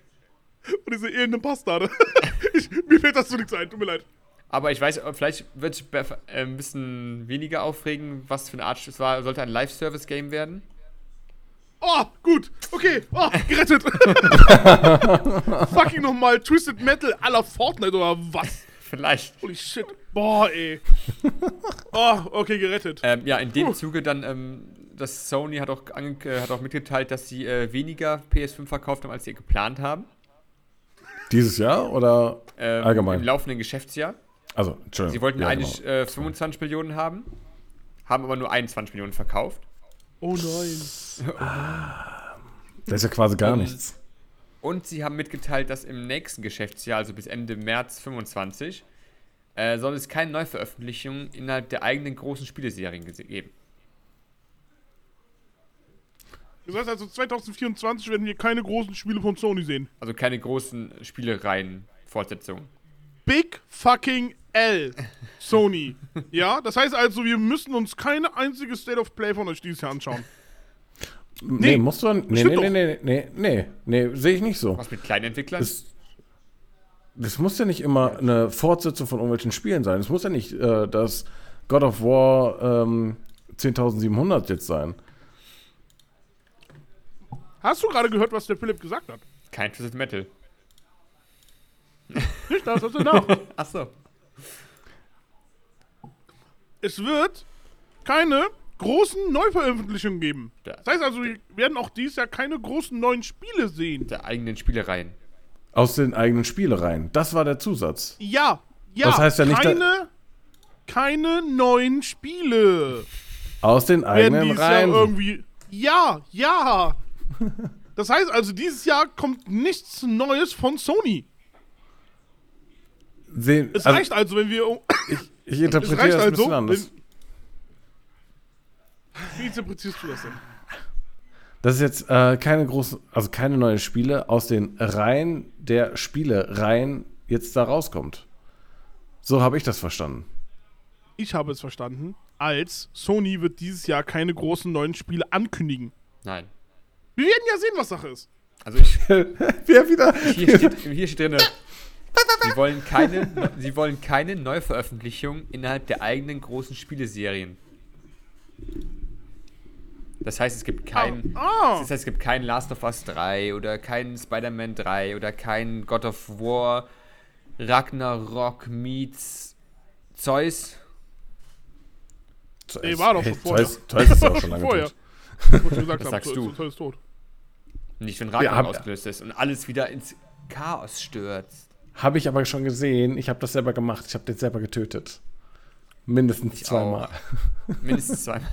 und diese elende Bastarde. [laughs] ich, mir fällt das so nichts ein, tut mir leid.
Aber ich weiß, vielleicht wird es be- äh, ein bisschen weniger aufregen, was für eine Art es war. Sollte ein Live-Service-Game werden? [laughs]
Oh, gut. Okay. Oh, gerettet. Fucking nochmal Twisted Metal à la Fortnite oder was?
Vielleicht.
Holy shit. Boah, ey. Oh, okay, gerettet.
Ähm, ja, in dem Zuge dann, ähm, das Sony hat auch, ange- äh, hat auch mitgeteilt, dass sie äh, weniger PS5 verkauft haben, als sie geplant haben.
[laughs] Dieses Jahr oder
Ähm,
Allgemein.
Im laufenden Geschäftsjahr.
also Entschuldigung.
Sie wollten
Ja,
eigentlich
genau.
äh, 25 Millionen haben, haben aber nur 21 Millionen verkauft.
Oh nein.
Das ist ja quasi gar
Ähm,
nichts.
Und sie haben mitgeteilt, dass im nächsten Geschäftsjahr, also bis Ende März 25, äh, soll es keine Neuveröffentlichungen innerhalb der eigenen großen Spieleserien gese- geben.
Das heißt also, 2024 werden wir keine großen Spiele von Sony sehen.
Also keine großen Spielereien Fortsetzungen.
Big fucking L, Sony. Ja, das heißt also, wir müssen uns keine einzige State of Play von euch dieses Jahr anschauen.
Nee,
nee.
musst du. Nee,
Stimmt
nee, nee, nee, nee, nee, nee, sehe ich nicht so.
Was mit kleinen Entwicklern?
Das, das muss ja nicht immer eine Fortsetzung von irgendwelchen Spielen sein. Es muss ja nicht äh, das God of War ähm, 10.700 jetzt sein.
Hast du gerade gehört, was der Philipp gesagt hat?
Kein Twisted Metal.
Nicht das, was er nach.
Achso.
es wird keine großen Neuveröffentlichungen geben.
Ja.
Das heißt also, wir werden auch dieses Jahr keine großen neuen Spiele sehen.
Der eigenen Spielereien.
Aus den eigenen Spielereien. Das war der Zusatz.
Ja, ja.
Das heißt ja nicht, dass-
keine, keine neuen Spiele
Aus den
werden
eigenen
dieses Jahr
Reihen.
irgendwie. Ja,
[laughs]
ja. Das heißt also, dieses Jahr kommt nichts Neues von Sony.
Sehen,
Es
also,
reicht also, wenn wir.
ich
Es
interpretiere
reicht
das ein bisschen
also.
anders.
Wenn, wie interpretierst du das denn?
Das ist jetzt äh, keine großen, also keine neuen Spiele aus den Reihen der Spielereien jetzt da rauskommt. So habe ich das verstanden.
Ich habe es verstanden, als Sony wird dieses Jahr keine großen neuen Spiele ankündigen.
Nein.
Wir werden ja sehen, was Sache
[laughs]
ist.
Also ich,
[laughs] Wer wieder? [laughs]
hier, steht, hier steht drin, sie wollen keine, sie wollen keine Neuveröffentlichung innerhalb der eigenen großen Spieleserien. Das heißt, es gibt
Oh,
keinen.
Ah,
Das heißt, es gibt kein Last of Us 3 oder kein Spider-Man 3 oder kein God of War, Ragnarok meets Zeus.
Nee, war doch schon vorher.
Zeus, Zeus ist ja
[laughs]
auch
Schon
schon lange
vorher.
tot.
was wir gesagt
Das
haben, so,
sagst du.
so, so ist tot.
Nicht, wenn
Wir haben-
Ragnarok ausgelöst ist und alles wieder ins Chaos stürzt.
Habe ich aber schon gesehen. Ich habe das selber gemacht. Ich habe den selber getötet. Mindestens zweimal.
Auch. Mindestens zweimal.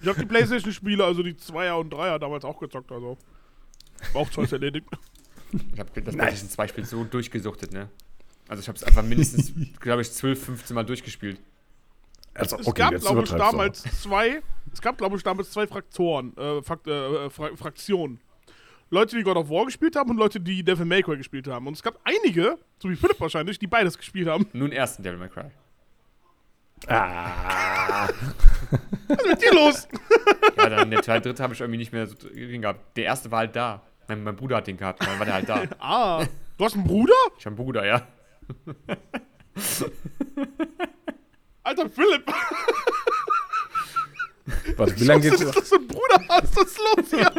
Ich habe die Playstation-Spiele, also die Zweier und Dreier damals auch gezockt, also. War auch Zeus
[laughs]
erledigt.
Ich habe das PlayStation 2 Spiel so durchgesuchtet, ne? Also ich habe es
[laughs]
einfach mindestens, glaube ich, 12, 15 Mal durchgespielt.
Also,
Es gab, glaube ich,
übertreibst du aber.
damals zwei. Es gab, glaube ich, damals zwei Fraktoren, äh, Frakt, äh, Fra Fraktionen. Leute, die God of War gespielt haben und Leute, die Devil May Cry gespielt haben. Und es gab einige, so wie Philipp wahrscheinlich, die beides gespielt haben. [laughs]
Nur den ersten Devil May Cry.
Was ist mit dir los?
Ja, dann der zweite, dritte habe ich irgendwie nicht mehr so drin gehabt. Der erste war halt da. Mein, mein Bruder hat den gehabt, dann war der halt da.
Ah, du hast einen Bruder?
Ich habe einen Bruder, ja. [laughs]
Alter, Philipp, [laughs]
Warte, wie lange
was [laughs]
geht's?
ist das, dass du einen Bruder hast? Was ist los hier?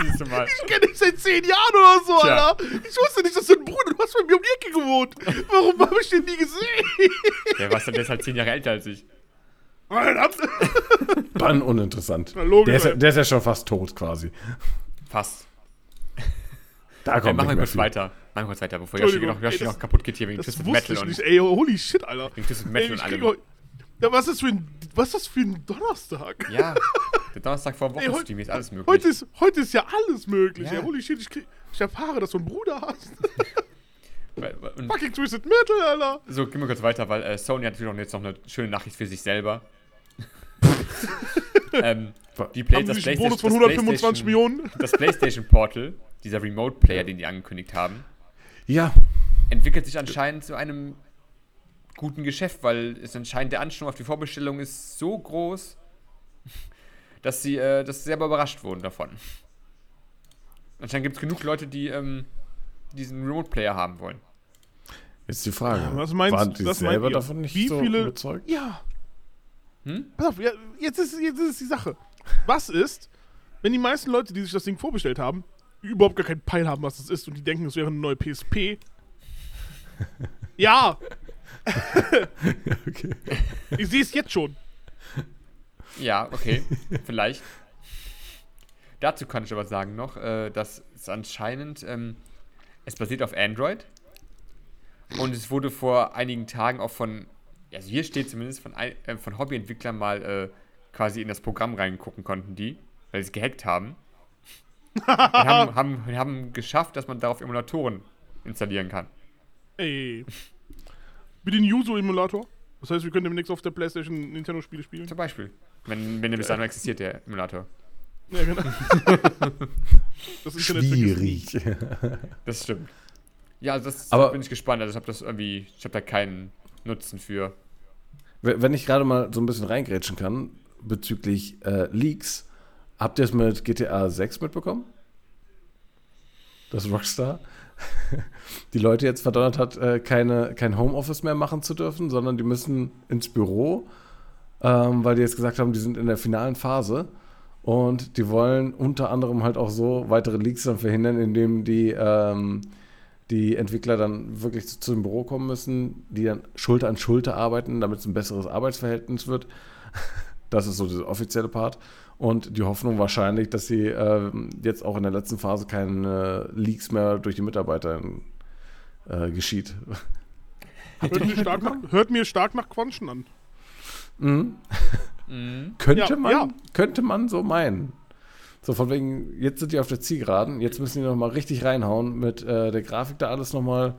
Siehst du mal.
Ich kenne dich seit zehn Jahren oder so,
Tja.
Alter. Ich wusste nicht, dass du einen Bruder du hast bei mir um die Ecke gewohnt. Warum habe ich den nie gesehen?
Der war dann deshalb zehn Jahre älter als ich.
Verdammt.
Bann uninteressant.
Na, logisch,
der, ist, ja-
ey.
der ist ja schon fast tot quasi.
Fast.
Da
Dann
kommt
machen
nicht mehr
wir kurz
viel.
weiter. Machen wir kurz weiter, bevor Yoshi
Entschuldigung,
noch, Yoshi
ey, das-
noch kaputt geht hier wegen
Das
Twisted
wusste
Metal
ich
und
nicht. Ey, holy shit, Alter.
wegen Twisted Metal
Ey,
und
ich
allem.
krieg heu- Ja, was ist das für ein, was ist das für ein [laughs] Donnerstag?
Ja, der Donnerstag vor dem
Ey, heu-
Wochenstream ist alles möglich.
Heute ist, heute ist ja alles möglich.
Ja.
Ja. holy shit, ich, krieg, ich erfahre, dass du einen Bruder hast. [laughs]
Und
Fucking Twisted Metal, Alter.
so, gehen wir kurz weiter, weil äh, Sony hat natürlich noch jetzt noch eine schöne Nachricht für
[laughs]
sich selber. ähm, die Play
Haben
das
sie sich einen
Playsta-
Bonus von
das
125
PlayStation-
Millionen?
Das PlayStation Portal, dieser Remote Player, den die angekündigt haben,
Ja,
entwickelt sich anscheinend zu einem guten Geschäft, weil es anscheinend der Ansturm auf die Vorbestellung ist so groß, dass sie, äh, dass sie selber überrascht wurden davon. Anscheinend gibt es genug Leute, die ähm, diesen Remote Player haben wollen.
jetzt die Frage.
Was meinst
Waren
du-
die
was meint
selber
ihr?
davon nicht
Wie
so
viele-
überzeugt?
Ja.
Hm?
Pass auf, ja, jetzt, ist, jetzt ist die Sache. Was ist, wenn die meisten Leute, die sich das Ding vorbestellt haben, überhaupt gar keinen Peil haben, was das ist und die denken, es wäre eine neue PSP? ja,
Okay.
ich sehe es jetzt schon.
Ja, okay, vielleicht. Dazu kann ich aber sagen noch, äh, dass es anscheinend, ähm, es basiert auf Android und es wurde vor einigen Tagen auch von, also hier steht zumindest von, ein- äh, von Hobbyentwicklern mal äh, quasi in das Programm reingucken konnten die, weil sie es gehackt haben. und haben, haben, haben geschafft, dass man darauf Emulatoren installieren kann.
Ey. Mit dem Yuzu-Emulator. Das heißt, wir können demnächst auf der Playstation Nintendo-Spiele spielen.
Zum Beispiel, wenn, wenn der bis dahin noch existiert, der Emulator.
Ja, genau. das Internet vergisst nie.
Schwierig.
Das stimmt. Ja, also das
Aber-
bin ich gespannt. Also ich habe das irgendwie, ich habe da keinen Nutzen für.
W- Wenn ich gerade mal so ein bisschen reingrätschen kann bezüglich äh, Leaks, habt ihr es mit GTA 6 mitbekommen? Dass Rockstar [laughs] die Leute jetzt verdonnert hat, äh, keine, kein Homeoffice mehr machen zu dürfen, sondern die müssen ins Büro, ähm, weil die jetzt gesagt haben, die sind in der finalen Phase und die wollen unter anderem halt auch so weitere Leaks dann verhindern, indem die ähm, die Entwickler dann wirklich zu, zu dem Büro kommen müssen, die dann Schulter an Schulter arbeiten, damit es ein besseres Arbeitsverhältnis wird. [laughs] Das ist so der offizielle Part. Und die Hoffnung wahrscheinlich, dass sie ähm, jetzt auch in der letzten Phase keine Leaks mehr durch die Mitarbeiter äh, geschieht. [laughs]
Hört mir, stark nach, hört mir stark nach Quanschen an.
Mhm. könnte,
Ja,
man,
ja.
könnte man so meinen. So von wegen, jetzt sind die auf der Zielgeraden, jetzt müssen die nochmal richtig reinhauen mit äh, der Grafik da alles nochmal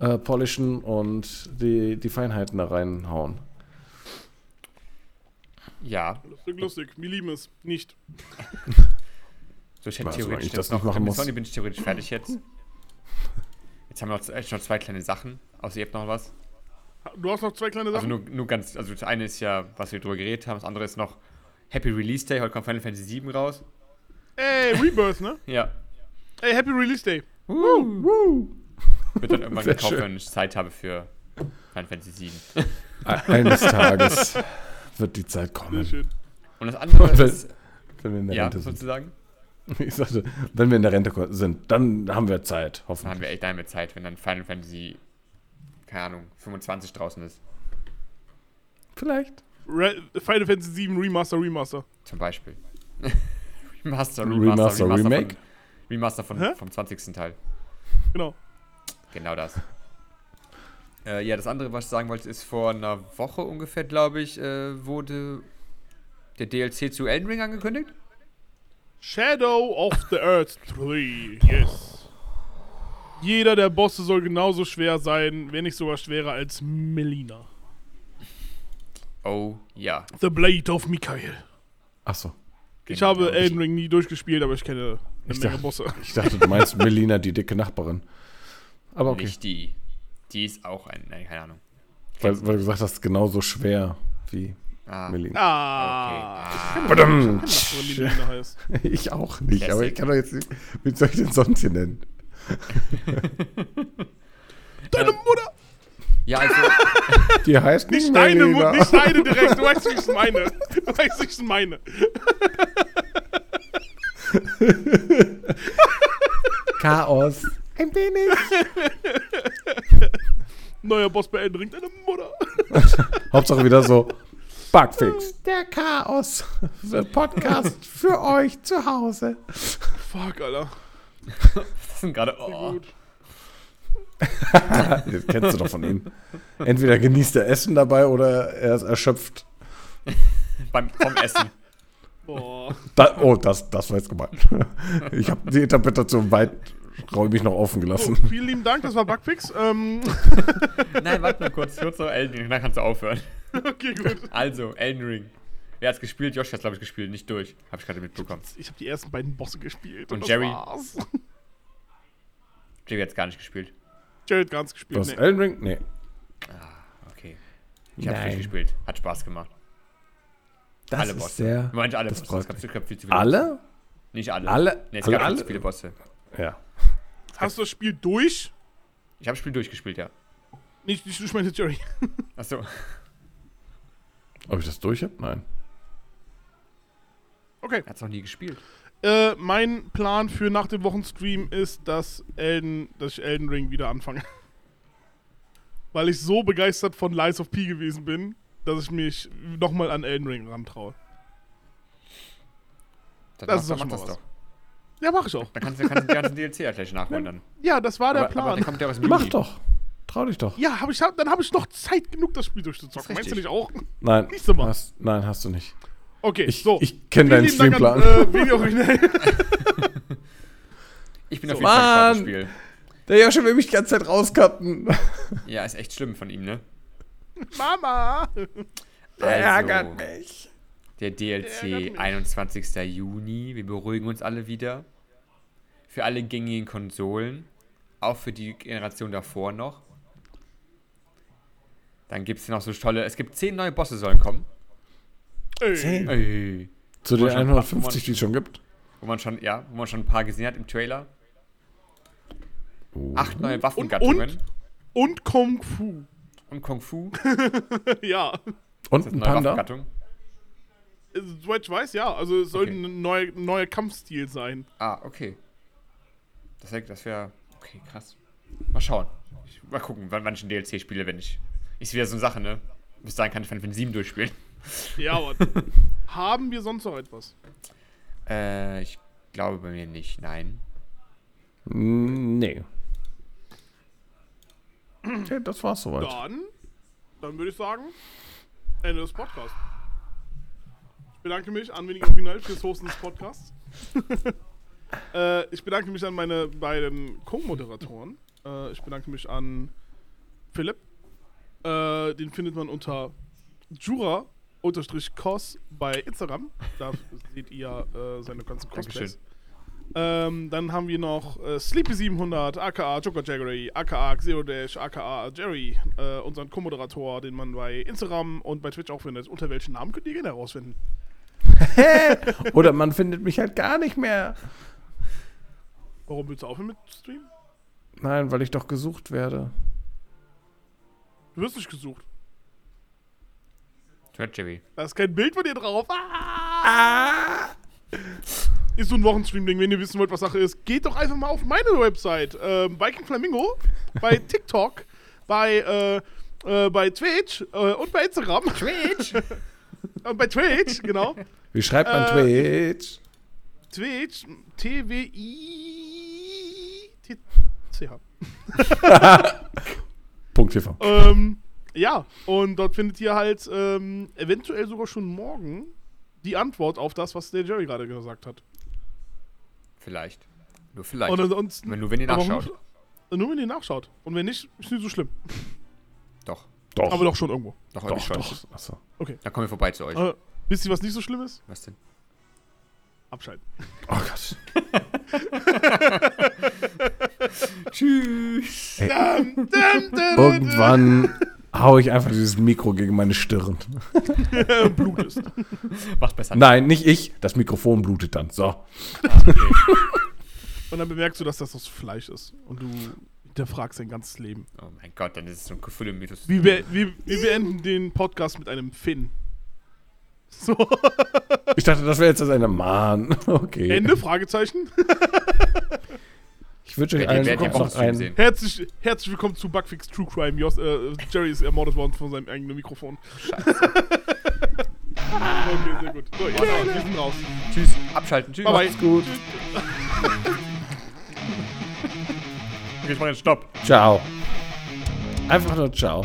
äh, polischen und die, die Feinheiten da reinhauen.
Ja,
Lustig, lustig. Wir lieben es. Nicht.
so ich hätte
Also, wenn
theoretisch
ich das
jetzt
nicht machen
mit
muss.
Sony bin ich theoretisch fertig jetzt. Jetzt haben wir noch, echt noch zwei kleine Sachen. Außer ihr habt noch was.
Du hast noch zwei kleine
Also
Sachen.
nur, nur ganz, also das eine ist ja, was wir drüber geredet haben. Das andere ist noch Happy Release Day. Heute kommt Final Fantasy VII raus.
Ey, Rebirth, ne?
Ja.
Ey, Happy Release Day.
Wird dann irgendwann
Sehr
gekauft,
schön.
wenn ich Zeit habe für Final Fantasy VII.
Eines Tages wird die Zeit
Sehr
kommen,
schön.
Und das andere
Wenn-
ist,
wenn wir in der
ja,
Rente sind.
sozusagen.
Ich sagte, wenn wir in der Rente ko- sind, dann haben wir Zeit,
Dann haben
hoffentlich.
wir echt einmal Zeit, wenn dann Final Fantasy, keine Ahnung, 25 draußen ist.
Vielleicht.
Re Final Fantasy 7 Remaster, Remaster.
Zum Beispiel. [laughs] Remaster,
Remaster, Remake?
Von, Remaster von,
Hä?
vom 20. Teil.
Genau.
Genau das. äh, ja, das andere, was ich sagen wollte, ist vor einer Woche ungefähr, glaube ich, äh, wurde der DLC zu Elden Ring angekündigt.
Shadow of the Earth 3. Yes. Jeder der Bosse soll genauso schwer sein, wenn nicht sogar schwerer als Melina.
Oh ja.
The Blade of Mikael.
Achso,
Ich
Genau.
habe Elden Ring nie durchgespielt, aber ich kenne eine
Ich
Menge
dachte-
Bosse.
ich dachte, du meinst Melina, die dicke Nachbarin. Aber okay,
Nicht die. Die ist auch ein, nein, keine Ahnung.
weil, weil du gesagt hast, genauso schwer wie
Ah,
Melina.
Ah.
okay.
Badum.
Ach, wie Melina heißt.
[laughs] Ich auch nicht,
Classic.
aber ich kann doch jetzt nicht. Wie soll ich denn sonst hier nennen?
Deine Mutter!
Äh, Ja, also, [laughs]
Die heißt
Nicht
nicht
deine Mutter,
Melina.
nicht
[laughs]
deine direkt. Du weißt, wie ich es meine. Du weißt, wie ich es meine.
Chaos. Ein wenig.
Neuer Boss beenden, ringt eine Mutter.
Hauptsache wieder so Bugfix. Der Chaos. Der Podcast für euch zu Hause.
Fuck, Alter.
Das sind gerade.
Oh.
Oh.
Gut.
Das kennst du doch von ihm. Entweder genießt er Essen dabei oder er ist erschöpft.
Beim, vom Essen. [laughs]
Oh.
Da, oh, das, das war jetzt gemeint. Ich habe die Interpretation weiträumig noch offen
So,
gelassen.
vielen lieben Dank, das war Bugfix. Ähm, [laughs]
Nein, warte mal kurz. Kurz noch Elden Ring, dann kannst du aufhören.
okay, gut.
Also, Elden Ring. Wer hat's gespielt? Josh hat's, glaube ich, gespielt, nicht durch. Hab ich gerade mitbekommen.
Ich habe die ersten beiden Bosse gespielt.
Und Jerry?
War's. [laughs]
Jimmy hat's gar nicht gespielt.
Jerry hat ganz
Oh,
Du
gespielt.
hast
Nee.
Äh?
Elden Ring? Nee.
Okay. Ich hab's
Nein.
durchgespielt. Hat Spaß gemacht.
Das
alle Bosse. Moment, alle
das
Bosse.
freut
Es gab, es gab viel zu viele.
Alle?
Nicht alle.
Alle?
Nee, es
alle,
gab viel
alle?
zu viele Bosse.
Ja.
Hast du das Spiel durch?
Ich habe das Spiel durchgespielt, ja.
Nicht, nicht ich meine Jerry.
Achso.
Ob ich das durch habe? Nein.
Okay.
Er hat's noch nie gespielt.
Äh, mein Plan für nach dem Wochenstream ist, dass, Elden, dass ich Elden Ring wieder anfange. [laughs] Weil ich so begeistert von Lies of P gewesen bin, dass ich mich nochmal an Elden Ring rantraue.
Dann
Das ist
mach-
doch
mach
schon mal was. Ja, mach ich auch.
Dann kannst du kannst du den ganzen DLC ja halt gleich nachholen dann.
Ja, das war der
Aber, aber
Plan.
dann kommt ja was
Mach doch. Trau dich doch.
ja, hab ich, hab, dann habe ich noch Zeit genug, das Spiel durchzuzocken.
Das
Meinst
ist
du nicht auch?
Nein.
Siehst du mal.
Hast, nein, hast du nicht.
Okay,
Ich,
so.
ich kenne deinen
Vielen lieben Dank
Streamplan.
an, äh, Video
[laughs]
Original.
Ich bin auf jeden Fall gespannt auf
Mann!
das
Der Joshi will mich die ganze Zeit rauscutten.
Spiel. Ja, ist echt schlimm von ihm, ne?
Mama!
Also,
mich.
der
Ärgert
DLC,
mich.
21. Juni. Wir beruhigen uns alle wieder. Für alle gängigen Konsolen. Auch für die Generation davor noch. Dann gibt es noch so tolle. Es gibt 10 neue Bosse, sollen kommen.
Ey.
Ey.
Zu den
Wo schon-
150, die es schon gibt.
Wo man schon, ja, wo man schon ein paar gesehen hat im Trailer. Acht neue Waffengattungen
und? Und Kung Fu. [laughs]
und Kung Fu.
ja.
Und ein
Das ist eine neue
Panda.
Waffengattung.
Also, Soweit ich weiß, ja. Also es soll
Okay.
ein neuer, neuer Kampfstil sein.
Ah, okay. Das wäre, das wär, okay, krass. Mal schauen. Ich, mal gucken, wann, wann ich ein DLC spiele, wenn ich. Ist wieder so eine Sache, ne? Bis dahin kann ich Final Fantasy 7 durchspielen.
Ja, aber
[laughs]
haben wir sonst noch etwas?
[laughs] Äh, ich glaube bei mir nicht, nein.
Mm, Nee. Okay, das war's soweit.
Dann, dann würde ich sagen, Ende des Podcasts. Ich bedanke mich an Winning Original fürs Hosten des Podcasts. [laughs] äh, ich bedanke mich an meine beiden Co-Moderatoren. Äh, ich bedanke mich an Philipp. Äh, den findet man unter Jura-Cos bei Instagram. Da [laughs] seht ihr äh, seine ganzen Cosplays.
Dankeschön.
Ähm, dann haben wir noch äh, Sleepy700, aka Joker Jaggery, aka Zero Dash, aka Jerry, äh, unseren Co-Moderator, den man bei Instagram und bei Twitch auch findet. Unter welchen Namen könnt ihr gerne herausfinden?
Oder man findet mich halt gar nicht mehr.
Warum willst du aufhören mit Stream?
Nein, weil ich doch gesucht werde.
Du wirst nicht gesucht.
Hört Jerry.
Da ist kein Bild von dir drauf. Ah! Ist so ein Wochenstream-Ding. Wenn ihr wissen wollt, was Sache ist, geht doch einfach mal auf meine Website. Ähm, Viking Flamingo, [laughs] bei TikTok, bei, äh, äh, bei Twitch äh, und bei Instagram. Twitch? [laughs] und bei Twitch, genau.
Wie schreibt man
Äh.
Twitch?
Twitch, T-W-I... T- C-H.
Punkt TV.
Ähm, ja, und dort findet ihr halt ähm, eventuell sogar schon morgen die Antwort auf das, was der Jerry gerade gesagt hat.
Vielleicht. Nur vielleicht.
Und ansonsten...
wenn, nur wenn ihr
Aber
nachschaut.
Nur, nur wenn ihr nachschaut. Und wenn nicht, ist nicht so schlimm.
Doch.
Doch.
Aber doch schon irgendwo.
Doch, Ah. irgendwie
doch,
schon.
doch. Achso.
Dann kommen wir vorbei zu euch.
Äh, wisst ihr, was nicht so schlimm ist?
Was denn?
Abschalten.
Oh Gott.
Tschüss.
[laughs] Dum, dum, dum,
Äh.
Irgendwann hau ich einfach dieses Mikro gegen meine Stirn.
dum, [laughs] Blut ist.
[laughs] Macht's besser.
Nein, nicht ich. Das Mikrofon blutet dann. So.
Und dann bemerkst du, dass das aus Fleisch ist. Und du hinterfragst dein ganzes Leben.
Oh mein Gott, dann ist es so ein Gefülle-Mythos.
Wir, be wir, wir beenden den Podcast mit einem Finn. So,
Ich dachte, das wäre jetzt das eine Mann. [laughs] Okay.
Ende? Fragezeichen.
Ich wünsche euch
Werdet ihr-
allen
werdet ihr im
noch
Livestream
einen
sehen.
Herzlich, herzlich willkommen zu Bugfix True Crime. Jos, äh, Jerry ist ermordet worden von seinem eigenen Mikrofon. [laughs] okay, sehr gut. So, jetzt raus, wir sind raus.
Tschüss. Abschalten. Tschüss.
Bye, bye.
gut.
Okay, ich mach jetzt Stopp.
Ciao. Einfach nur ciao.